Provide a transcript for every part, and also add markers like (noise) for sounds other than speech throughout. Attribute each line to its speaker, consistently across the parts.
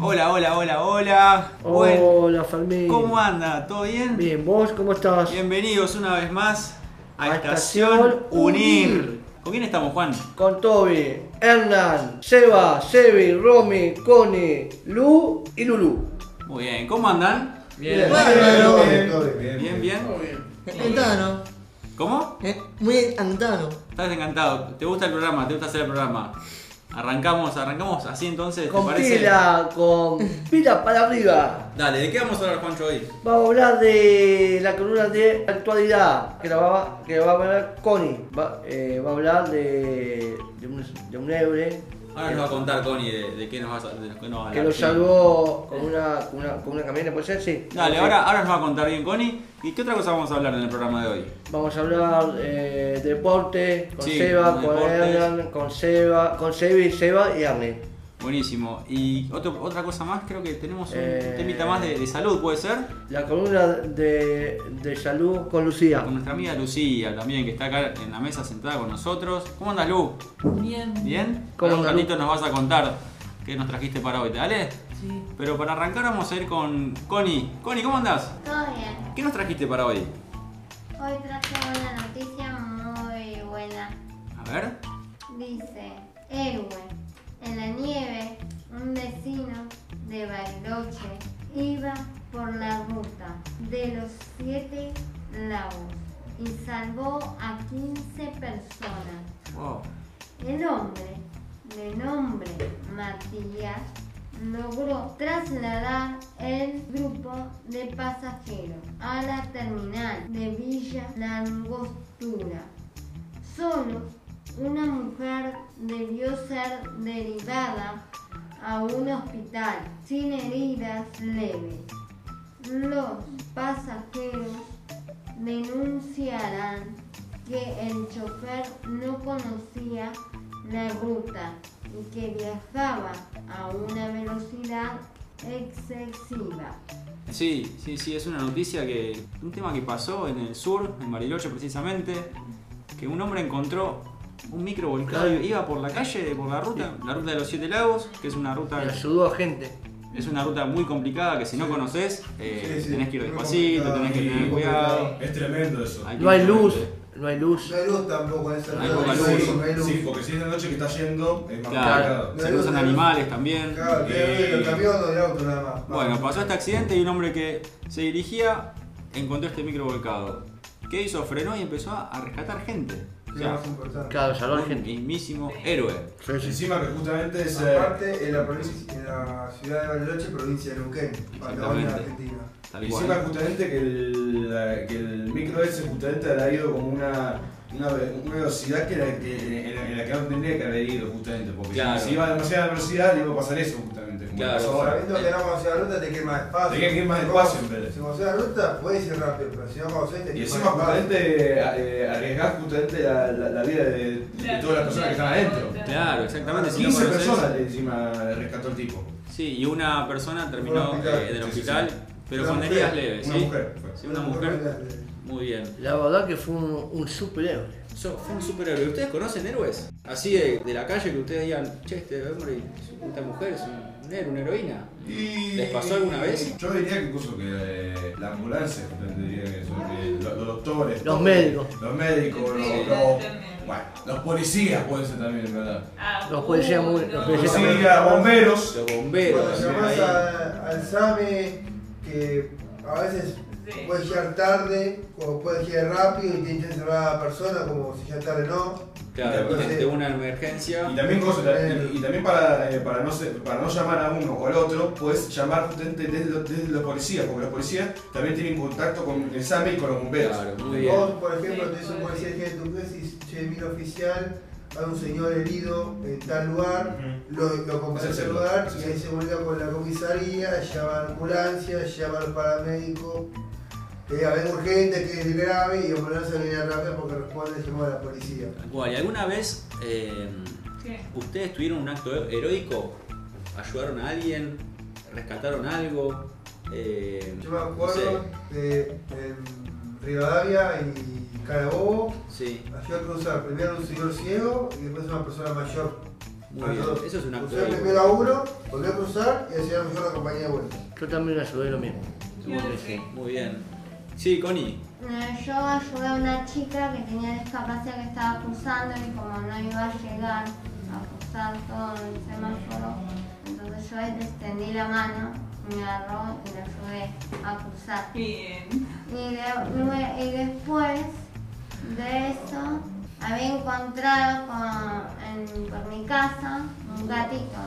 Speaker 1: Hola, hola, hola, hola. Bueno,
Speaker 2: Hola, Fermín.
Speaker 1: ¿cómo anda? ¿Todo bien?
Speaker 2: Bien, ¿vos cómo estás?
Speaker 1: Bienvenidos una vez más a,
Speaker 2: A
Speaker 1: Estación
Speaker 2: Estación
Speaker 1: Unir.
Speaker 2: Unir.
Speaker 1: ¿Con quién estamos, Juan?
Speaker 2: Con Toby, Hernán, Seba, Sebi, Romy, Cone, Lu y Lulu.
Speaker 1: Muy bien, ¿cómo andan?
Speaker 2: Bien.
Speaker 3: Bárbaro.
Speaker 1: Bien, bien.
Speaker 3: Entano.
Speaker 1: ¿Cómo?
Speaker 3: Eh, Muy antano.
Speaker 1: Estás encantado. ¿Te gusta el programa? ¿Te gusta hacer el programa? Arrancamos, arrancamos así entonces, ¿te
Speaker 2: Con
Speaker 1: parece?
Speaker 2: pila, con pila para arriba.
Speaker 1: Dale, ¿de qué vamos a hablar, Juancho, hoy?
Speaker 2: Vamos a hablar de la columna de actualidad que, la va, que va a hablar Connie. Va, eh, va a hablar de, de, un, de un hebre
Speaker 1: Ahora nos va a contar Connie de, de qué nos vas a, de qué nos va a hablar.
Speaker 2: que lo
Speaker 1: Sí.
Speaker 2: salvó con una, con una, con una camioneta, ¿puede ser? Sí.
Speaker 1: Dale,
Speaker 2: Sí.
Speaker 1: ahora, ahora nos va a contar bien Connie. ¿Y qué otra cosa vamos a hablar en el programa de hoy?
Speaker 2: Vamos a hablar eh, de deporte con
Speaker 1: Sí,
Speaker 2: Seba, con
Speaker 1: deportes.
Speaker 2: Hernán, con Seba, con Sebi, Seba y Arne.
Speaker 1: Buenísimo. Y otro- otra cosa más, creo que tenemos un
Speaker 2: Eh.
Speaker 1: temita más de, de salud, ¿puede ser?
Speaker 2: La columna de, de salud con Lucía.
Speaker 1: Con nuestra amiga Lucía también, que está acá en la mesa sentada con nosotros. ¿Cómo andas, Lu?
Speaker 4: Bien.
Speaker 1: ¿Bien?
Speaker 2: ¿Cómo
Speaker 1: Ahora un
Speaker 2: andás, Lu?
Speaker 1: ratito nos vas a contar qué nos trajiste para hoy, ¿dale?
Speaker 4: Sí.
Speaker 1: Pero para arrancar vamos a ir con Connie. Connie, ¿cómo andás?
Speaker 5: Todo bien.
Speaker 1: ¿Qué nos trajiste para hoy?
Speaker 5: Hoy traje una noticia muy buena.
Speaker 1: A ver.
Speaker 5: Dice, Ewe, en la nieve, un vecino de Bariloche iba por la ruta de los siete lagos y salvó a 15 personas.
Speaker 1: Wow.
Speaker 5: El hombre, de nombre Matías, logró trasladar el grupo de pasajeros a la terminal de Villa Langostura. Solo una mujer debió ser derivada a un hospital sin heridas leves. Los pasajeros denunciarán que el chofer no conocía la ruta y que viajaba a una velocidad excesiva.
Speaker 1: Sí, sí, sí, es una noticia que. Un tema que pasó en el sur, en Bariloche precisamente, que un hombre encontró un micro volcado, iba por la calle, por la ruta, la ruta de los Siete Lagos, que es una ruta,
Speaker 2: Le ayudó a gente.
Speaker 1: es una ruta muy complicada que si no conoces, eh,
Speaker 6: Sí, sí,
Speaker 1: tenés que ir
Speaker 6: muy
Speaker 1: despacito,
Speaker 6: complicado,
Speaker 1: tenés que
Speaker 6: muy
Speaker 1: tener cuidado.
Speaker 6: complicado.
Speaker 7: Es tremendo eso.
Speaker 1: Hay que
Speaker 2: No hay
Speaker 1: ir
Speaker 2: luz,
Speaker 1: diferente.
Speaker 2: no hay luz.
Speaker 6: No hay luz tampoco en esa
Speaker 1: Hay
Speaker 6: ruta,
Speaker 1: poca
Speaker 6: no
Speaker 1: luz.
Speaker 6: no hay luz.
Speaker 7: Sí, porque si es de noche que está yendo, es más
Speaker 1: Claro,
Speaker 7: complicado.
Speaker 6: No
Speaker 1: se
Speaker 6: hay luz,
Speaker 1: cruzan
Speaker 6: no hay luz.
Speaker 1: animales también.
Speaker 6: Claro, tiene
Speaker 7: Y-
Speaker 6: los camiones y autos nada más.
Speaker 1: Bueno, pasó este accidente y un hombre que se dirigía encontró este micro volcado. ¿Qué hizo? Frenó y empezó a a rescatar gente. O
Speaker 6: Sí,
Speaker 1: sea,
Speaker 6: más importante.
Speaker 2: Claro, salvó a
Speaker 1: un
Speaker 2: gente.
Speaker 1: mismísimo héroe.
Speaker 7: Encima que justamente es. eh,
Speaker 6: Aparte, en la, provincia- en la ciudad de Bariloche, provincia de Neuquén, Patagonia,
Speaker 1: Exactamente.
Speaker 6: Argentina.
Speaker 1: Tal
Speaker 7: Encima
Speaker 1: cual.
Speaker 7: justamente que el, la- que el micro ese justamente ha ido como una, una, ve- una velocidad que la, que, en, la- en la que no tendría que haber ido justamente. Porque
Speaker 1: Claro.
Speaker 7: si iba a demasiada velocidad le iba a pasar eso justamente. Como
Speaker 1: Claro.
Speaker 7: pasó ahora.
Speaker 6: Sabiendo que no conocés la ruta, te queda más espacio.
Speaker 7: Te queda más
Speaker 6: Si
Speaker 7: espacio,
Speaker 6: conoces-
Speaker 7: en vez de-
Speaker 6: Si conocés la ruta, puedes ir rápido, pero si no conocés, te
Speaker 7: Y
Speaker 6: queda
Speaker 7: encima
Speaker 6: más espacio.
Speaker 7: justamente eh, arriesgás justamente la, la- la vida de, de todas las personas que están adentro.
Speaker 1: Claro, exactamente. Si no
Speaker 7: 15
Speaker 1: conoces-
Speaker 7: personas le encima rescató el tipo.
Speaker 1: Sí, y una persona terminó
Speaker 6: Fue al hospital.
Speaker 1: eh, en el
Speaker 7: Sí, sí,
Speaker 1: hospital,
Speaker 7: sí.
Speaker 1: pero
Speaker 6: Una
Speaker 1: con
Speaker 6: mujer,
Speaker 1: heridas leves,
Speaker 7: Una
Speaker 1: ¿sí?
Speaker 7: mujer fue.
Speaker 1: Sí, una mujer. Muy bien.
Speaker 2: La verdad que fue un, un superhéroe.
Speaker 1: So, fue un superhéroe. ¿Ustedes conocen héroes? Así de, de la calle que ustedes digan, che, este hombre, esta mujer es un, un héroe, una heroína.
Speaker 7: Y-
Speaker 1: ¿Les pasó alguna vez?
Speaker 7: Yo diría que incluso que eh, la ambulancia, justamente diría que eso, que lo- los doctores,
Speaker 2: Los
Speaker 7: todo,
Speaker 2: médicos.
Speaker 7: los médicos, los,
Speaker 4: Sí,
Speaker 7: los-
Speaker 4: también. Ah,
Speaker 7: bueno, los policías pueden ser también, en ¿verdad?
Speaker 2: Los policías muy- los policías Sí, también.
Speaker 7: Policías, bomberos,
Speaker 1: Los
Speaker 6: Cuando
Speaker 1: bomberos. también
Speaker 6: llamás
Speaker 1: ahí.
Speaker 6: a- al SAME, que a veces
Speaker 4: Sí.
Speaker 6: puedes llegar tarde, o puedes llegar rápido y te intenta salvar a la persona, como si ya tarde no.
Speaker 1: Claro,
Speaker 6: Entonces-
Speaker 1: ante una emergencia.
Speaker 7: y también, cosas- y también para, eh, para, no se- para no llamar a uno o al otro, puedes llamar justamente desde, los- desde los policías, porque los policías también tienen contacto con el SAME y con los bomberos.
Speaker 1: Claro, muy bien.
Speaker 6: Vos, por ejemplo, tenés un policía que tu casa y dices, che, mira oficial, hay un señor herido en tal lugar, lo, lo acompañás
Speaker 7: Es el
Speaker 6: al
Speaker 7: celular,
Speaker 6: lugar,
Speaker 7: sí,
Speaker 6: y
Speaker 7: sí.
Speaker 6: ahí se vuelve con la comisaría, llama a la ambulancia, llama al paramédico, eh, a ver urgente que es grave y ambulancia viene rápida porque responde el llamado a la policía.
Speaker 1: Tal cual. ¿Y alguna vez eh,
Speaker 4: ¿Qué?
Speaker 1: ustedes tuvieron un acto heroico? ¿Ayudaron a alguien? ¿Rescataron algo? Eh,
Speaker 6: Yo me
Speaker 1: no sé.
Speaker 6: acuerdo de en Rivadavia y Carabobo,
Speaker 1: Sí,
Speaker 6: hacía cruzar primero un señor ciego y después una persona mayor.
Speaker 1: Muy bien. Eso es un acto.
Speaker 6: Usé el primer laburo, volví a cruzar y hacía mejor la compañía de vuelta.
Speaker 2: Yo también ayudé lo mismo. Seguro que sí.
Speaker 1: Muy bien. Sí, Connie.
Speaker 5: Eh, Yo ayudé a una chica que tenía discapacidad que estaba cursando y como no iba a llegar a cursar todo el semáforo, entonces yo le extendí la mano, me agarró y la ayudé a cursar.
Speaker 4: Bien.
Speaker 5: Y, de- lue- y después de eso había encontrado con- en- por mi casa un gatito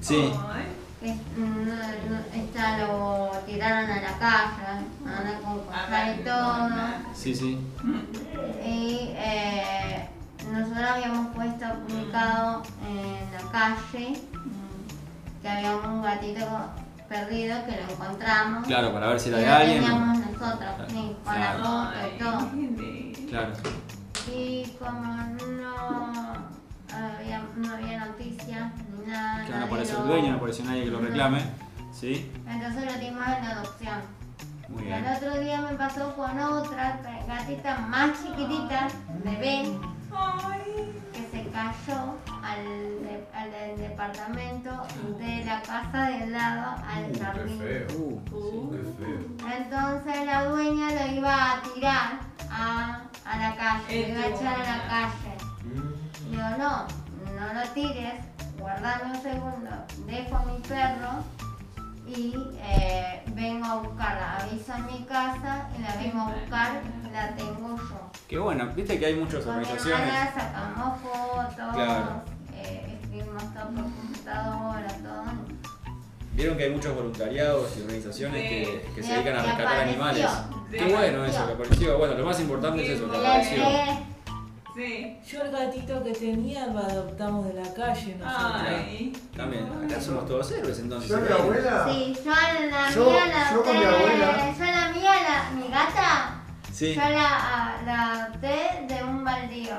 Speaker 1: Sí.
Speaker 4: Ay,
Speaker 5: que mm, no- no- está, lo tiraron a la calle, andan con cosas y todo.
Speaker 1: Sí, sí.
Speaker 5: Y eh, nosotros habíamos puesto publicado en la calle mm, que había un gatito perdido que lo encontramos.
Speaker 1: Claro, para ver si
Speaker 5: Y
Speaker 1: Ah.
Speaker 5: lo
Speaker 1: era de alguien.
Speaker 5: teníamos nosotros, sí, con la
Speaker 1: Claro.
Speaker 5: foto
Speaker 4: Ay,
Speaker 5: y todo.
Speaker 4: qué lindo.
Speaker 1: Claro.
Speaker 5: Y como no había, no había noticias ni nada,
Speaker 1: Que no
Speaker 5: nadie
Speaker 1: apareció el
Speaker 5: lo-
Speaker 1: dueño, no apareció nadie que lo
Speaker 5: No.
Speaker 1: reclame. Sí.
Speaker 5: entonces lo dimos en adopción.
Speaker 1: Muy
Speaker 5: Y
Speaker 1: bien.
Speaker 5: al otro día me pasó con otra gatita más chiquitita, bebé,
Speaker 4: Ay,
Speaker 5: que se cayó al, de- al del departamento de la casa de al lado al jardín.
Speaker 1: Uh,
Speaker 4: uh,
Speaker 5: Entonces la dueña lo iba a tirar a, a la calle,
Speaker 4: El
Speaker 5: lo iba a echar a la
Speaker 4: dueño.
Speaker 5: calle. Digo, no, no lo tires, guardame un segundo, dejo a mi perro y eh, vengo a buscarla. Aviso a mi casa y la vengo a buscar, la tengo yo.
Speaker 1: Qué bueno, viste que hay muchas
Speaker 5: Con mi
Speaker 1: organizaciones.
Speaker 5: hermana sacamos fotos,
Speaker 1: Claro.
Speaker 5: eh, escribimos todo por computadora, todo.
Speaker 1: Vieron que hay muchos voluntariados y organizaciones
Speaker 4: Sí.
Speaker 1: que, que se
Speaker 5: Y
Speaker 1: dedican a rescatar
Speaker 5: apareció.
Speaker 1: animales.
Speaker 4: Sí.
Speaker 1: Qué bueno eso, que apareció. Bueno, lo más importante es eso, que
Speaker 4: Qué
Speaker 5: Le
Speaker 1: apareció.
Speaker 4: bueno.
Speaker 5: llegué,
Speaker 4: sí.
Speaker 8: Yo el gatito que tenía lo adoptamos de la calle nosotros.
Speaker 4: Ay.
Speaker 1: También, acá somos todos héroes entonces.
Speaker 6: Yo, mi abuela,
Speaker 5: sí, yo a la
Speaker 6: Yo-
Speaker 5: mía la
Speaker 6: yo con mi
Speaker 5: adopté,
Speaker 6: abuela.
Speaker 5: yo a la mía, la- mi gata,
Speaker 1: Sí.
Speaker 5: yo la, la adopté de un baldío.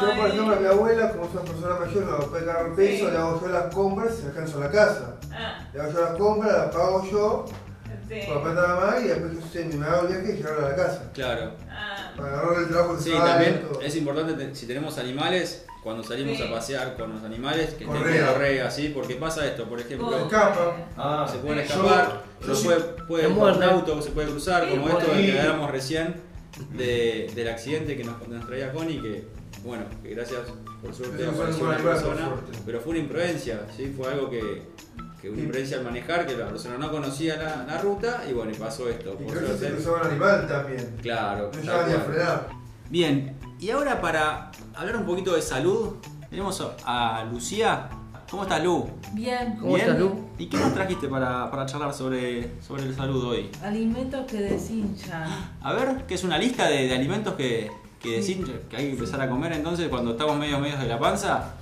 Speaker 6: yo por ejemplo a mi abuela, como es una persona mayor, la puede cargar un peso,
Speaker 4: Sí.
Speaker 6: le hago yo las compras y se alcanzo la casa.
Speaker 4: Ah,
Speaker 6: Le hago yo las compras, las pago yo,
Speaker 4: sí.
Speaker 6: por la plata de la mamá y después yo sé, me hago el viaje y llevarla a la casa.
Speaker 1: Claro.
Speaker 4: Ah,
Speaker 6: Para agarrar el trabajo que
Speaker 1: Sí,
Speaker 6: se va
Speaker 1: también
Speaker 6: todo.
Speaker 1: es importante te- si tenemos animales, cuando salimos
Speaker 4: Sí.
Speaker 1: a pasear con los animales, que estén
Speaker 6: Correa.
Speaker 1: con correa, ¿sí? Porque pasa esto, por ejemplo,
Speaker 4: Con-
Speaker 6: Escapa.
Speaker 7: Ah,
Speaker 1: se pueden
Speaker 4: Yo-
Speaker 1: escapar,
Speaker 7: yo
Speaker 1: se
Speaker 7: sí-
Speaker 1: puede, puede
Speaker 2: Se
Speaker 1: un
Speaker 2: muerde.
Speaker 1: auto, se puede cruzar,
Speaker 4: Sí,
Speaker 1: como esto
Speaker 4: puede.
Speaker 1: de que hablamos recién de- del accidente que nos, nos traía Connie, que bueno, que gracias por suerte
Speaker 6: Eso fue
Speaker 1: apareció
Speaker 6: un
Speaker 1: una
Speaker 6: animal, por
Speaker 1: persona,
Speaker 6: suerte.
Speaker 1: pero fue una imprudencia, ¿sí? Fue algo que, que una
Speaker 6: Sí.
Speaker 1: imprudencia al manejar, que la persona no conocía la, la ruta y bueno, y pasó esto,
Speaker 6: Y
Speaker 1: por
Speaker 6: creo que se
Speaker 1: suerte.
Speaker 6: cruzaba un animal también.
Speaker 1: Claro,
Speaker 6: No
Speaker 1: tal
Speaker 6: llegaba ni a
Speaker 1: cual.
Speaker 6: frenar.
Speaker 1: Bien, y ahora para hablar un poquito de salud, tenemos a a Lucía. ¿Cómo estás, Lu?
Speaker 8: Bien,
Speaker 2: ¿Cómo
Speaker 1: ¿Bien?
Speaker 2: estás, Lu?
Speaker 1: ¿Y qué nos trajiste para, para charlar sobre, sobre el salud hoy?
Speaker 8: alimentos que deshinchan.
Speaker 1: A ver, que es una lista de, de alimentos que, que decís que hay que empezar a comer entonces cuando estamos medio medios de la panza.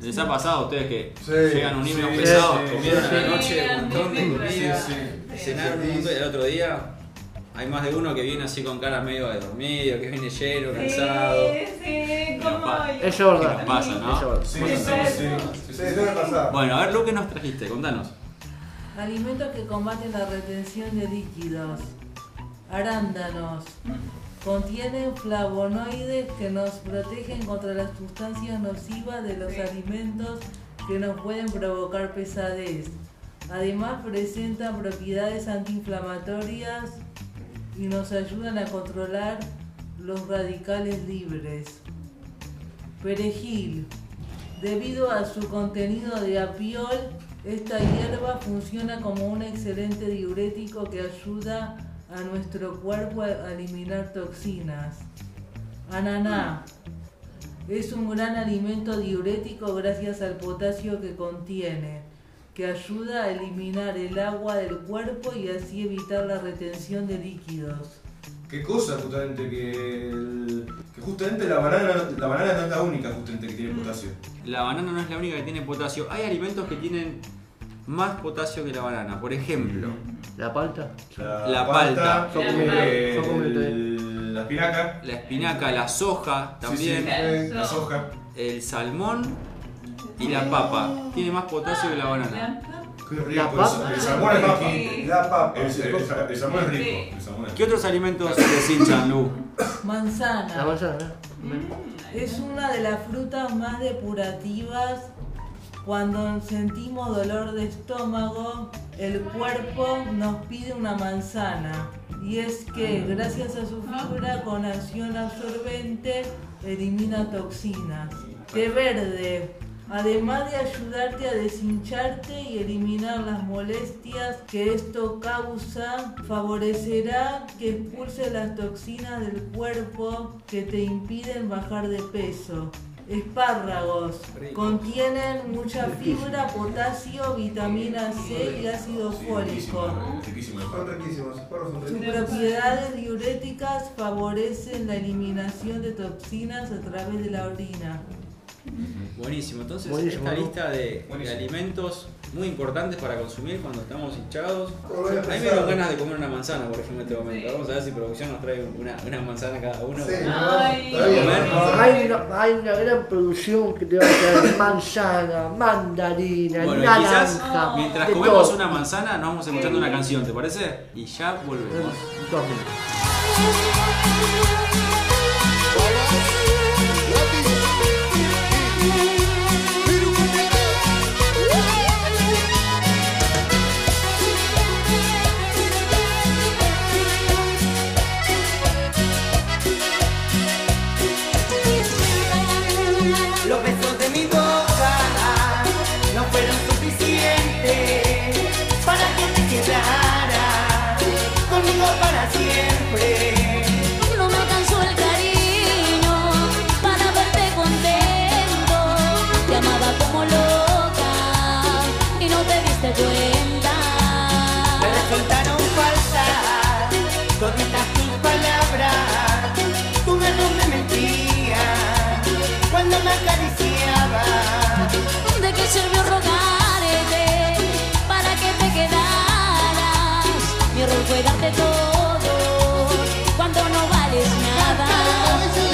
Speaker 1: ¿Les ha pasado a ustedes que
Speaker 6: Sí,
Speaker 1: llegan un niño
Speaker 6: sí,
Speaker 1: pesado,
Speaker 6: sí,
Speaker 1: comieron
Speaker 6: sí.
Speaker 1: a la noche
Speaker 4: Sí,
Speaker 1: un montón de
Speaker 4: sí,
Speaker 1: comida,
Speaker 4: sí, sí.
Speaker 1: cenaron un montón y el otro día hay más de uno que viene así con cara medio de dormido, que viene lleno, cansado.
Speaker 4: Sí, sí, como
Speaker 1: Capaz.
Speaker 4: yo.
Speaker 2: Es
Speaker 1: ¿Qué
Speaker 2: horda.
Speaker 1: nos pasa, no?
Speaker 2: Eso.
Speaker 7: Sí,
Speaker 1: Vos
Speaker 7: sí,
Speaker 1: sos-
Speaker 7: sí, sí,
Speaker 6: Se
Speaker 7: sí.
Speaker 6: dejó de pasar.
Speaker 1: Bueno, a ver, Lu, ¿qué nos trajiste? Contanos.
Speaker 8: Alimentos que combaten la retención de líquidos. Arándanos. Contienen flavonoides que nos protegen contra las sustancias nocivas de los
Speaker 4: Sí.
Speaker 8: alimentos que nos pueden provocar pesadez. Además presentan propiedades antiinflamatorias y nos ayudan a controlar los radicales libres. Perejil. Debido a su contenido de apiol, esta hierba funciona como un excelente diurético que ayuda a nuestro cuerpo a eliminar toxinas. Ananá. Es un gran alimento diurético gracias al potasio que contiene, que ayuda a eliminar el agua del cuerpo y así evitar la retención de líquidos.
Speaker 7: ¿Qué cosa justamente que el- que justamente la banana, la banana no es la única justamente que
Speaker 4: Mm.
Speaker 7: tiene potasio?
Speaker 1: La banana no es la única que tiene potasio. Hay alimentos que tienen más potasio que la banana. Por ejemplo,
Speaker 2: ¿La palta?
Speaker 1: La palta.
Speaker 7: Yo
Speaker 4: La
Speaker 7: comí
Speaker 4: palta.
Speaker 7: el-
Speaker 2: Yo comí
Speaker 7: la espinaca,
Speaker 1: la espinaca, la soja también,
Speaker 7: Sí, la
Speaker 4: Eso.
Speaker 7: soja.
Speaker 1: el salmón y la papa. Tiene más potasio que la banana.
Speaker 4: La
Speaker 7: Qué rico.
Speaker 3: La papa.
Speaker 7: El, el salmón es más
Speaker 4: Sí.
Speaker 6: La papa.
Speaker 7: El, el- el- el salmón es rico. El salmón es
Speaker 1: ¿Qué otros alimentos desinflan, Lu?
Speaker 2: La
Speaker 8: Manzana.
Speaker 2: manzana.
Speaker 8: Es una de las frutas más depurativas. Cuando sentimos dolor de estómago, el cuerpo nos pide una manzana. Y es que gracias a su fibra con acción absorbente elimina toxinas. Té verde. Además de ayudarte a deshincharte y eliminar las molestias que esto causa, favorecerá que expulses las toxinas del cuerpo que te impiden bajar de peso. Espárragos. Contienen mucha fibra, potasio, vitamina C y ácido
Speaker 7: rico. Sí, riquísimo,
Speaker 8: fólico.
Speaker 7: riquísimo el
Speaker 6: Son
Speaker 7: pan.
Speaker 6: riquísimos, los perros son
Speaker 8: Sus
Speaker 6: riquísimos.
Speaker 8: propiedades diuréticas favorecen la eliminación de toxinas a través de la orina.
Speaker 1: Buenísimo, entonces
Speaker 2: Buenísimo,
Speaker 1: esta
Speaker 2: Lu.
Speaker 1: lista de, de
Speaker 7: Buenísimo.
Speaker 1: alimentos muy importantes para consumir cuando estamos hinchados.
Speaker 6: Lo voy a
Speaker 1: A mí me
Speaker 6: pensar.
Speaker 1: dan ganas de comer una manzana, por ejemplo, en este momento.
Speaker 4: Sí.
Speaker 1: Vamos a ver si producción nos trae una, una manzana cada uno.
Speaker 6: Sí,
Speaker 4: Ay.
Speaker 6: está bien.
Speaker 1: Comer.
Speaker 2: Hay una, hay una gran producción que te va a traer (coughs) manzana, mandarina,
Speaker 1: Bueno, y quizás
Speaker 2: naranja.
Speaker 1: mientras
Speaker 2: de
Speaker 1: comemos
Speaker 2: todo.
Speaker 1: una manzana nos vamos escuchando una canción, ¿te parece? Y ya volvemos.
Speaker 2: Dos minutos.
Speaker 9: Los besos de mi boca no fueron suficientes para que te quedaras conmigo para siempre.
Speaker 10: No me cansó el cariño para verte contento. Te amaba como loca y no te diste cuenta.
Speaker 9: Me resultaron falsas todas tus palabras. Tu gato me mentía cuando me acariciaba.
Speaker 10: ¿De qué sirvió rogarte para que te quedaras? Mi error fue darte todo cuando no vales nada.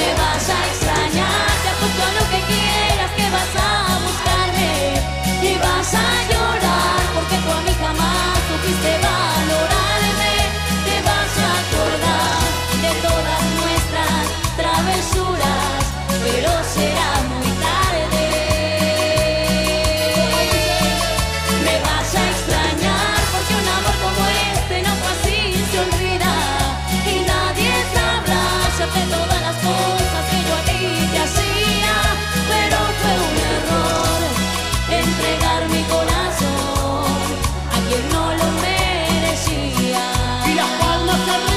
Speaker 10: Me vas a extrañar, te apuesto a lo que quieras que vas a buscarme y vas a llorar porque tú a mí jamás supiste valorarme. Te vas a acordar de todas nuestras travesuras, pero será muy tarde. Me vas a extrañar porque un amor como este no fue así, se olvida Y nadie sabrá hacerte todas las cosas que yo a ti te hacía Pero fue un error entregar mi corazón a quien no lo merecía
Speaker 9: Y las palmas arriba.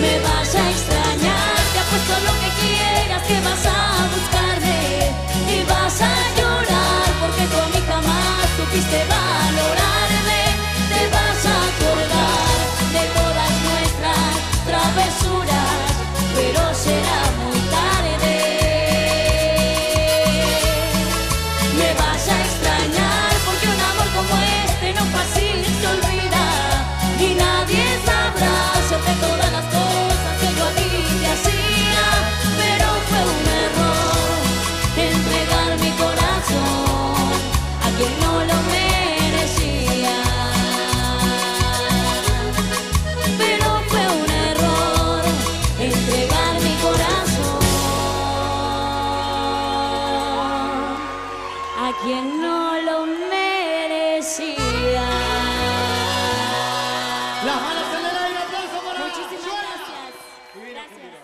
Speaker 10: Me vas a extrañar, te apuesto lo que quieras que vas a buscarme y vas a llorar porque tú a mí jamás supiste valorarme. Te vas a acordar de todas nuestras travesuras, pero será muy tarde. Me vas a extrañar porque un amor como este no fácil se olvida Y nadie sabrá sobre todas las cosas que yo a ti te hacía Pero fue un error entregar mi corazón a quien no lo merecía Pero fue un error entregar mi corazón a quien no lo merecía.
Speaker 9: Las manos en el aire, aplauso para
Speaker 10: Muchísimas gracias. Gracias.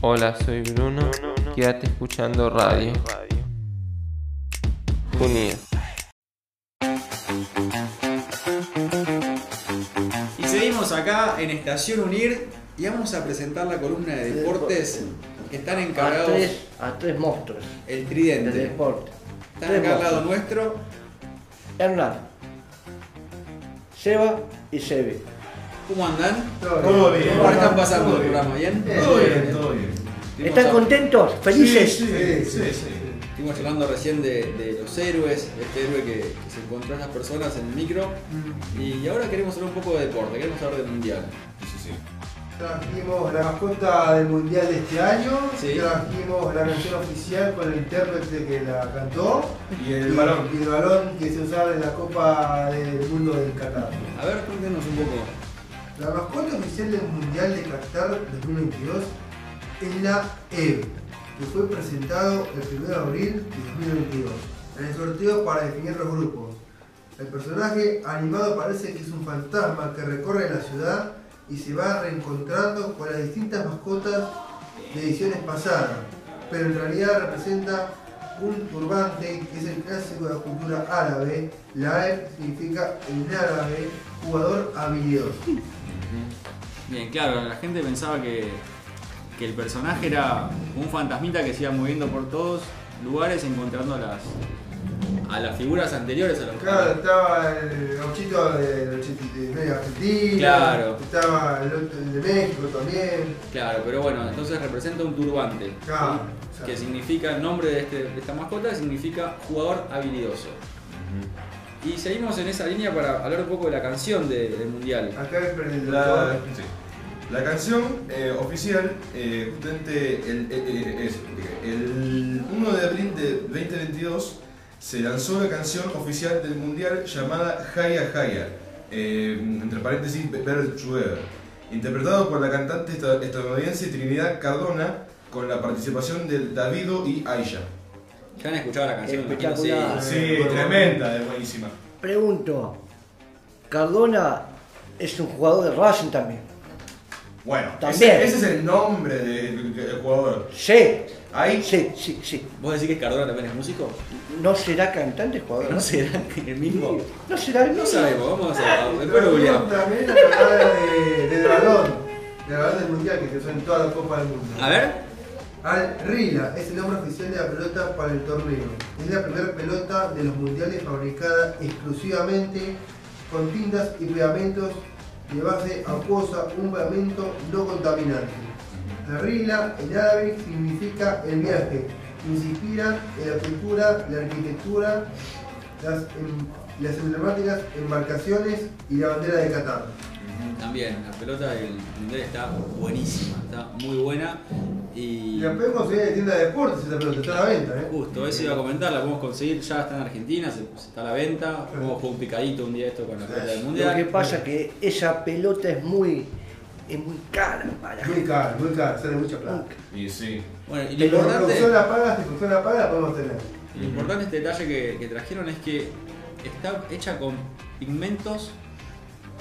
Speaker 11: Hola, soy Bruno. Quédate escuchando radio. Unidos.
Speaker 1: Y seguimos acá en Estación Unir y vamos a presentar la columna de deportes que están
Speaker 2: A
Speaker 1: encargados
Speaker 2: Ah, tres, a tres monstruos
Speaker 1: el
Speaker 2: del
Speaker 1: tridente.
Speaker 2: deporte.
Speaker 1: Están
Speaker 2: Tres
Speaker 1: acá al lado
Speaker 2: monstruos.
Speaker 1: nuestro.
Speaker 2: Hernán, Seba y Sebi.
Speaker 1: ¿Cómo andan?
Speaker 7: Todo bien.
Speaker 1: ¿Cómo la están pasando
Speaker 7: Todo
Speaker 1: el
Speaker 7: bien.
Speaker 1: programa? ¿Bien?
Speaker 7: Todo bien, todo bien.
Speaker 2: ¿Están contentos? ¿Felices?
Speaker 7: Sí, sí, sí, sí.
Speaker 1: Estuvimos hablando recién de, de los héroes, de este héroe que, que se encontró en las personas en el micro.
Speaker 6: Mm.
Speaker 1: Y ahora queremos hablar un poco de deporte, queremos hablar del mundial.
Speaker 6: Trajimos la mascota del mundial de este año,
Speaker 1: Sí.
Speaker 6: trajimos la canción oficial con el intérprete que la cantó
Speaker 7: Y el balón.
Speaker 6: y el balón que se usaba en la Copa del Mundo del Qatar.
Speaker 1: A ver, cuéntenos un poco.
Speaker 6: La mascota oficial del Mundial de Qatar 2022 es la EVE, que fue presentado el 1 de abril de 2022 en el sorteo para definir los grupos. El personaje animado parece que es un fantasma que recorre la ciudad y se va reencontrando con las distintas mascotas de ediciones pasadas, pero en realidad representa un turbante que es el clásico de la cultura árabe. La EVE significa en árabe jugador habilidoso.
Speaker 1: Bien, claro, la gente pensaba que, que el personaje era un fantasmita que se iba moviendo por todos lugares encontrando a las, a las figuras anteriores a los
Speaker 6: Claro, estaba el gauchito de, de, de Argentina,
Speaker 1: Claro.
Speaker 6: estaba el, otro- el de México también.
Speaker 1: Claro, pero bueno, entonces representa un turbante.
Speaker 6: Claro,
Speaker 1: ¿sí? Que significa, el nombre de, este- de esta mascota significa jugador habilidoso. Y seguimos en esa línea para hablar un poco de la canción de- del Mundial.
Speaker 6: Acá es el
Speaker 7: La, sí. La canción eh, oficial, eh, justamente el, el- el- es- el 1 de abril de 2022 se lanzó la canción oficial del mundial llamada Jaya Jaya, eh, entre paréntesis Better Together, interpretado por la cantante esta- estadounidense Trinidad Cardona con la participación de Davido y Aisha. Eh,
Speaker 1: ¿Ya han escuchado la canción? Me imagino,
Speaker 2: Espectacular.
Speaker 7: Sí, tremenda, es buenísima.
Speaker 2: Pregunto, Cardona es un jugador de Racing también.
Speaker 7: Bueno,
Speaker 2: También.
Speaker 7: Ese, ese es el nombre del, del jugador.
Speaker 2: Sí.
Speaker 7: Ahí
Speaker 2: Sí, sí, sí.
Speaker 1: ¿Vos decís que Cardona también es músico?
Speaker 2: ¿No será cantante el jugador?
Speaker 1: ¿No será el mismo?
Speaker 2: ¿No será el
Speaker 1: No
Speaker 2: mismo?
Speaker 1: sabemos, vamos a
Speaker 6: Pero
Speaker 1: después lo googleamos.
Speaker 6: También la parada de, del balón, del balón del mundial que se usó en toda la Copa del Mundo.
Speaker 1: A ver,
Speaker 6: Al Rila es el nombre oficial de la pelota para el torneo. Es la primera pelota de los mundiales fabricada exclusivamente con tintas y pegamentos de base acuosa, un pegamento no contaminante. La Rila en árabe significa el viaje. Nos inspira en la cultura, la arquitectura, las, em- las emblemáticas embarcaciones y la bandera de Qatar.
Speaker 1: también, la pelota del Mundial está buenísima, está muy buena.
Speaker 6: Y
Speaker 1: Y
Speaker 6: la podemos conseguir en la tienda de deportes, esa pelota está a la venta, ¿eh?
Speaker 1: justo, eso iba a comentar, la podemos conseguir, ya está en Argentina, se, se está a la venta. Podemos jugar un picadito un día esto con la pelota del
Speaker 2: Lo que
Speaker 1: Mundial.
Speaker 2: pasa es que esa pelota es muy, es muy cara para
Speaker 6: Muy caro, muy caro, sale mucha plata.
Speaker 7: Y sí.
Speaker 1: Bueno, y lo
Speaker 6: Pero la
Speaker 1: importante...
Speaker 6: producción la paga, si producción la paga, la podemos tener.
Speaker 1: Lo importante este detalle que, que trajeron es que está hecha con pigmentos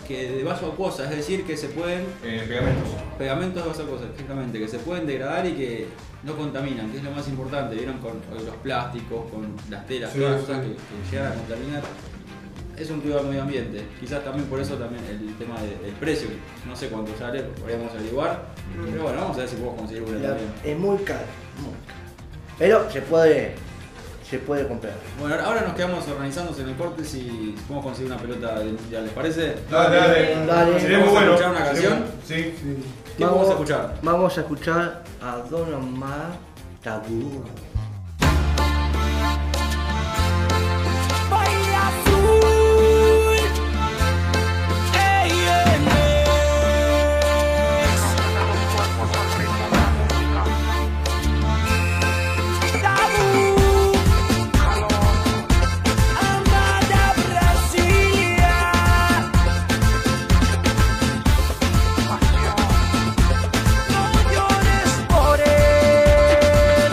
Speaker 1: que de vaso acuosa, es decir, que se pueden,
Speaker 7: Eh, pegamentos.
Speaker 1: pegamentos de vaso acuosa, exactamente, que se pueden degradar y que no contaminan, que es lo más importante, vieron con los plásticos, con las telas,
Speaker 6: Sí,
Speaker 1: todas las
Speaker 6: sí.
Speaker 1: cosas que, que llegan a contaminar. Es un cuidado al medio ambiente, quizás también por eso también el tema de- del precio, que no sé cuánto sale, podríamos averiguar, pero bueno, vamos a ver si podemos conseguir una
Speaker 2: La-
Speaker 1: también.
Speaker 2: es muy cara, muy cara. Pero se puede, se puede comprar.
Speaker 1: Bueno, ahora nos quedamos organizándonos en el corte si podemos conseguir una pelota del mundial, ¿les parece?
Speaker 7: Dale, dale.
Speaker 2: Dale.
Speaker 7: Sería muy
Speaker 1: ¿Vamos a
Speaker 7: bueno.
Speaker 1: escuchar una
Speaker 7: Sería
Speaker 1: canción?
Speaker 7: muy- Sí.
Speaker 1: ¿Qué vamos a escuchar?
Speaker 2: Vamos a escuchar a Don Omar Tabú.
Speaker 9: Baile azul, ey, ey, ey. Tabú, andada Brasilia. No llores por él.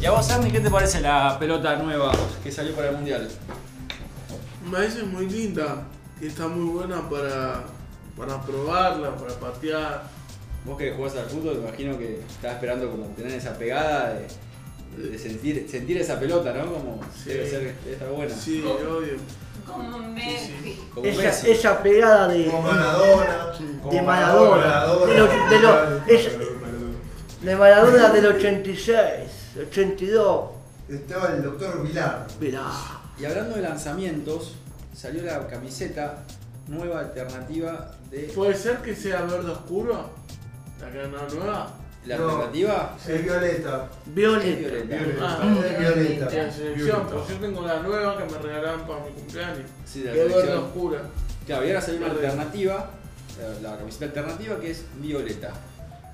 Speaker 1: ¿Y a vos, Ernie, qué te parece la pelota nueva que salió para el mundial?
Speaker 12: Me parece muy linda y está muy buena para, para probarla, para patear.
Speaker 1: Vos que jugás al fútbol, me imagino que estás esperando como tener esa pegada de, de sentir, sentir esa pelota, ¿no? Como debe ser, debe estar buena.
Speaker 12: Sí, obvio.
Speaker 4: Como Messi.
Speaker 1: Como
Speaker 2: Esa,
Speaker 1: Messi.
Speaker 2: esa pegada de.
Speaker 6: Como Maradona.
Speaker 2: De
Speaker 6: como
Speaker 2: Maradona.
Speaker 6: Maradona.
Speaker 2: De lo- de lo- es- de Maradona del 86, 82.
Speaker 6: Estaba el doctor Vilar.
Speaker 2: Mirá.
Speaker 1: Y hablando de lanzamientos, salió la camiseta nueva alternativa de.
Speaker 12: ¿Puede ser que sea verde oscuro? La cana nueva.
Speaker 1: ¿La
Speaker 6: No.
Speaker 1: alternativa?
Speaker 6: Es violeta.
Speaker 1: es
Speaker 2: Violeta.
Speaker 1: violeta.
Speaker 6: Violeta.
Speaker 12: Ah,
Speaker 6: Es violeta.
Speaker 12: La selección,
Speaker 6: Violeta.
Speaker 12: pues yo tengo la nueva que me regalaron para mi cumpleaños.
Speaker 1: Sí,
Speaker 12: Que
Speaker 1: la
Speaker 12: es verde
Speaker 1: selección.
Speaker 12: oscura.
Speaker 1: Claro, y ahora salió una
Speaker 12: Verde.
Speaker 1: alternativa, la- la camiseta alternativa que es violeta.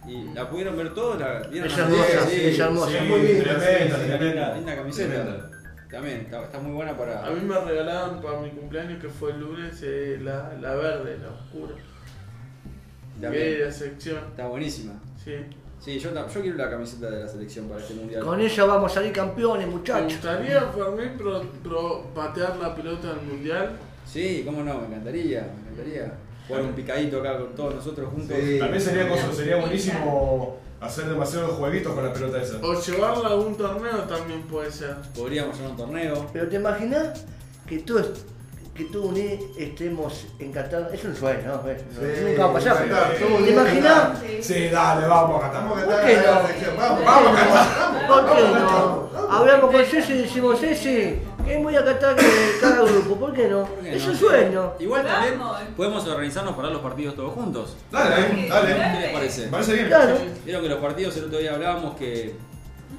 Speaker 1: ¿Y la pudieron ver todos? ¿La vieron
Speaker 2: Es
Speaker 1: las
Speaker 2: hermosa,
Speaker 1: redes?
Speaker 2: es hermosa.
Speaker 6: Sí, muy linda,
Speaker 7: tremenda,
Speaker 6: sí, sí.
Speaker 7: tremenda.
Speaker 1: Linda camiseta.
Speaker 7: Tremenda.
Speaker 1: También, está, está muy buena para.
Speaker 12: A mí me regalaron para mi cumpleaños que fue el lunes eh, la, la verde, la oscura.
Speaker 1: También.
Speaker 12: Que es la sección.
Speaker 1: Está buenísima.
Speaker 12: Sí.
Speaker 1: Sí, yo, ta- yo quiero la camiseta de la selección para este mundial.
Speaker 2: Con ella vamos a salir campeones,
Speaker 12: Me
Speaker 2: muchachos.
Speaker 12: gustaría para mí pro, pro- patear la pelota al mundial.
Speaker 1: Sí, cómo no, me encantaría, me encantaría. Jugar un picadito acá con todos nosotros juntos.
Speaker 6: Sí.
Speaker 7: También sería, cosa- sería buenísimo hacer demasiados jueguitos con la pelota esa.
Speaker 12: O llevarla a un torneo también puede ser.
Speaker 1: Podríamos hacer un torneo.
Speaker 2: Pero te imaginas que tú, est- que tú ni estemos en Qatar. Es un sueño, ¿no? Es- nunca va a pasar.
Speaker 7: sí,
Speaker 2: pero-
Speaker 7: sí.
Speaker 2: ¿Te imaginas?
Speaker 7: Sí, dale, vamos a
Speaker 6: Vamos a
Speaker 7: Qatar.
Speaker 6: cantar
Speaker 2: qué
Speaker 6: la
Speaker 2: no?
Speaker 6: sección. Vamos, vamos a cantar.
Speaker 2: ¿Por qué
Speaker 6: Vamos, vamos,
Speaker 2: no? Hablamos con Ceci y decimos, Ceci, que voy a Qatar que cada grupo. ¿Por qué no?
Speaker 1: ¿Por qué
Speaker 2: Es
Speaker 1: no?
Speaker 2: un sueño.
Speaker 1: Igual también
Speaker 4: Vamos.
Speaker 1: podemos organizarnos para los partidos todos juntos.
Speaker 7: Dale, dale.
Speaker 1: ¿Qué les parece?
Speaker 7: Me parece bien.
Speaker 2: Claro.
Speaker 1: Vieron que los partidos el otro día hablábamos que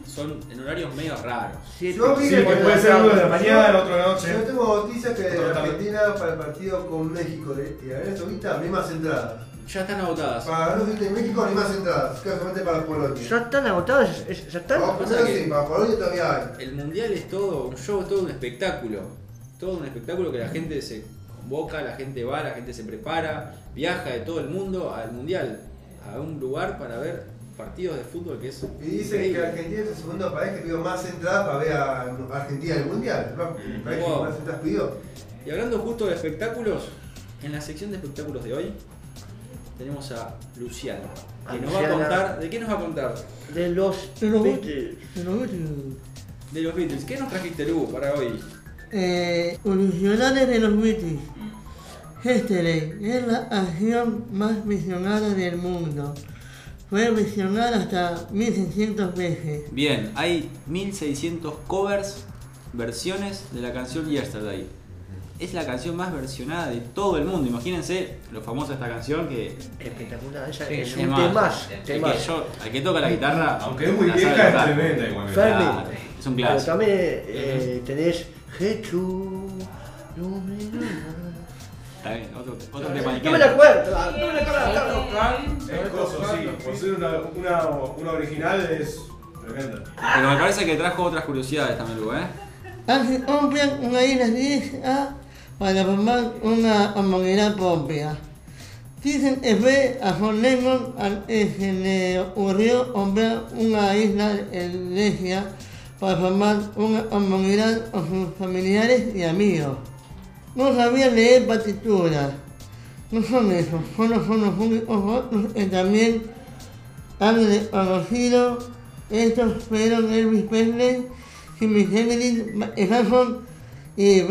Speaker 1: son en horarios medio raros.
Speaker 2: Si
Speaker 6: Yo
Speaker 7: Sí,
Speaker 6: vine
Speaker 7: que
Speaker 6: por
Speaker 7: puede
Speaker 6: la
Speaker 7: ser uno de la
Speaker 6: tarde.
Speaker 7: mañana, otro de la
Speaker 6: Yo
Speaker 7: noche.
Speaker 6: tengo noticias que
Speaker 7: Otra tarde.
Speaker 6: Argentina para el partido con México de de Arabia Saudita, mismas entradas.
Speaker 1: Ya están agotadas.
Speaker 6: Para Arabia Saudita y México, mismas entradas. Casualmente para
Speaker 2: ya
Speaker 6: Polonia.
Speaker 2: están agotados, es- es- ya están.
Speaker 6: Vamos a
Speaker 1: pasa
Speaker 6: poner
Speaker 1: que-
Speaker 6: así, para Polonia todavía hay.
Speaker 1: El mundial es todo un show, todo un espectáculo. Todo un espectáculo que la gente se convoca, la gente va, la gente se prepara, viaja de todo el mundo al mundial, a un lugar para ver partidos de fútbol que es.
Speaker 6: Y dicen que
Speaker 1: increíble.
Speaker 6: Argentina es el segundo país que pidió más entradas para ver a Argentina en el Mundial. ¿no? El país que
Speaker 1: Wow.
Speaker 6: más entradas pidió.
Speaker 1: Y hablando justo de espectáculos, en la sección de espectáculos de hoy tenemos a Luciana,
Speaker 2: A
Speaker 1: que nos va a
Speaker 2: Luciana.
Speaker 1: contar. ¿De qué nos va a contar?
Speaker 2: De los
Speaker 3: De los
Speaker 2: Beatles.
Speaker 3: De los Beatles.
Speaker 1: De los Beatles. ¿Qué nos trajiste, Lu, para hoy?
Speaker 3: Eh, Evolucionarios de los Beatles. Yesterday es la acción más visionada del mundo. Fue visionada hasta 1600 veces.
Speaker 1: Bien, hay 1600 covers, versiones de la canción Yesterday. Es la canción más versionada de todo el mundo. Imagínense lo famosa esta canción que,
Speaker 2: Espectacular, esa
Speaker 1: Sí,
Speaker 2: es un
Speaker 1: temazo.
Speaker 2: temazo.
Speaker 1: el
Speaker 2: temazo.
Speaker 1: que, yo, al que toca la guitarra.
Speaker 7: Aunque es muy
Speaker 1: la sabe
Speaker 7: vieja, es
Speaker 1: tocar.
Speaker 7: tremenda igualmente.
Speaker 2: Fermi.
Speaker 1: Claro, es un
Speaker 2: Pero
Speaker 1: clásico.
Speaker 2: también eh, tenés Jesús. No me
Speaker 1: Está bien, otro, otro tema
Speaker 2: no
Speaker 1: de
Speaker 2: me la
Speaker 1: Kennedy.
Speaker 2: acuerdo, ah, no me la acuerdo.
Speaker 7: Es coso, sí. Por ser una, una, una original es tremenda.
Speaker 1: Pero me parece que trajo otras curiosidades también, Lu, ¿eh?
Speaker 3: Hace compran una isla vieja para formar una humanidad propia. Dicen que fue a John Lennon al que se le ocurrió comprar una isla elegía para formar una humanidad con sus familiares y amigos. No sabían leer partituras. No son esos, solo son los únicos otros que también han reconocido estos fueron Elvis Presley, Jimmy Hendrix, Michael Jackson y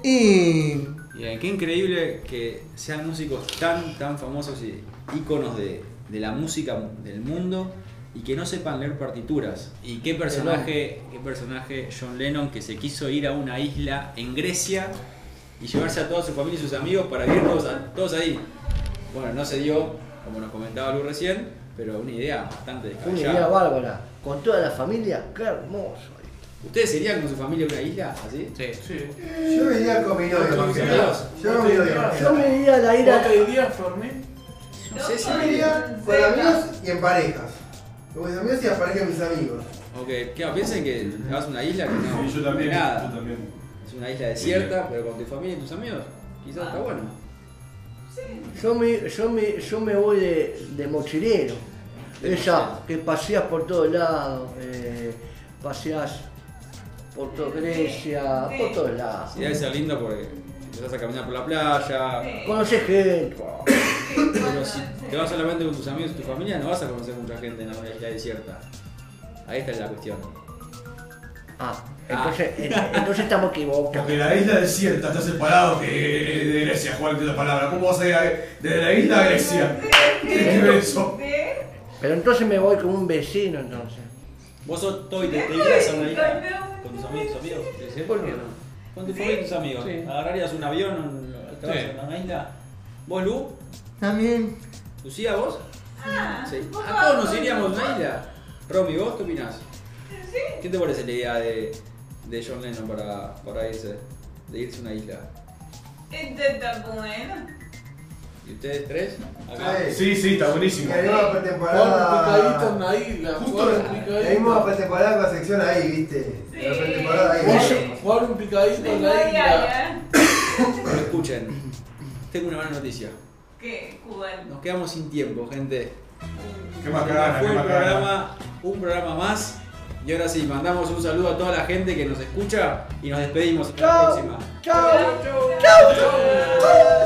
Speaker 3: BBI.
Speaker 1: Bien, eh, qué increíble que sean músicos tan, tan famosos y íconos de, de la música del mundo y que no sepan leer partituras. Y qué personaje, qué personaje John Lennon que se quiso ir a una isla en Grecia y llevarse a toda su familia y sus amigos para vivir todos, a- todos ahí. Bueno, no se dio, como nos comentaba Lu recién, pero una idea bastante
Speaker 2: Una idea
Speaker 1: descabellada.
Speaker 2: bárbara. Con toda la familia, qué hermoso.
Speaker 1: ¿Ustedes irían con su familia a una isla así?
Speaker 11: Sí.
Speaker 12: Sí.
Speaker 6: Yo venía con mi novia, más que nada. Yo con mi novia.
Speaker 2: Yo me iría a la
Speaker 12: ¿Vos
Speaker 2: ira.
Speaker 12: te irías, Fermín?
Speaker 1: No sé si
Speaker 6: Yo me iría con amigos y en parejas. Con mis amigos y en pareja de mis amigos.
Speaker 1: Ok, claro, piensen que te vas a una isla que no.
Speaker 7: Y yo también.
Speaker 1: que Nada.
Speaker 7: Yo también.
Speaker 1: Es una isla desierta, pero con tu familia y tus amigos. Quizás está bueno.
Speaker 2: Yo me, yo me, yo me voy de, de mochilero.
Speaker 1: De
Speaker 2: Esa
Speaker 1: mochilero.
Speaker 2: que paseas por todos lados. eh, paseás por toda Grecia,
Speaker 1: Sí.
Speaker 2: por todos lados.
Speaker 1: Sí, debe ser lindo porque empezás a caminar por la playa.
Speaker 2: Sí. Conocés gente.
Speaker 1: Pero si te vas solamente con tus amigos y tu familia, no vas a conocer mucha gente en la isla desierta. Ahí está la cuestión.
Speaker 2: Ah, entonces, ent- entonces estamos equivocados.
Speaker 7: Porque la isla desierta está separado que- de Grecia, Juan, que es la palabra. ¿Cómo vas a ir a- desde la isla a Grecia? ¿Qué es eso?
Speaker 2: Pero entonces me voy con un vecino entonces.
Speaker 1: Vos sos todo y te, te irías a una isla con tus amigos, tus amigos. ¿Por qué no? Con tu familia y tus amigos. Agarrarías un avión, un, te vas
Speaker 3: Sí.
Speaker 1: a una isla. ¿Vos, Lu?
Speaker 3: También.
Speaker 1: ¿Lucía, vos?
Speaker 2: Ah,
Speaker 1: sí.
Speaker 3: vos
Speaker 1: A todos nos
Speaker 3: vas,
Speaker 1: iríamos a
Speaker 3: Lu.
Speaker 1: una isla. Romy, ¿vos qué opinás? ¿Qué te parece la idea de, de John Lennon para, para irse? De irse a una isla.
Speaker 4: Este está bueno.
Speaker 1: ¿Y ustedes tres?
Speaker 7: Sí, sí, está buenísimo.
Speaker 6: Queremos pretemporada.
Speaker 12: Jugar un picadito en la isla,
Speaker 6: Ah. Justo
Speaker 12: jugar un
Speaker 6: la-
Speaker 12: picadito.
Speaker 6: queremos la pretemporada con la sección ahí, viste. La pretemporada ahí.
Speaker 12: Jugar- Jugar un picadito en la isla.
Speaker 1: Pero escuchen, tengo una mala noticia.
Speaker 4: ¿Qué?
Speaker 1: Nos quedamos sin tiempo, gente.
Speaker 7: Qué
Speaker 1: bacana,
Speaker 7: macana,
Speaker 1: Fue
Speaker 7: qué
Speaker 1: un
Speaker 7: macana.
Speaker 1: programa, un programa más. Y ahora sí, mandamos un saludo a toda la gente que nos escucha y nos despedimos. Hasta la próxima.
Speaker 9: chau, chau,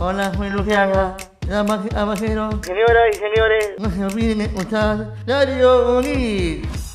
Speaker 3: Hola, soy Luciana. Damas y caballeros.
Speaker 2: Señoras y señores.
Speaker 3: No se olviden de escuchar Radio Unir.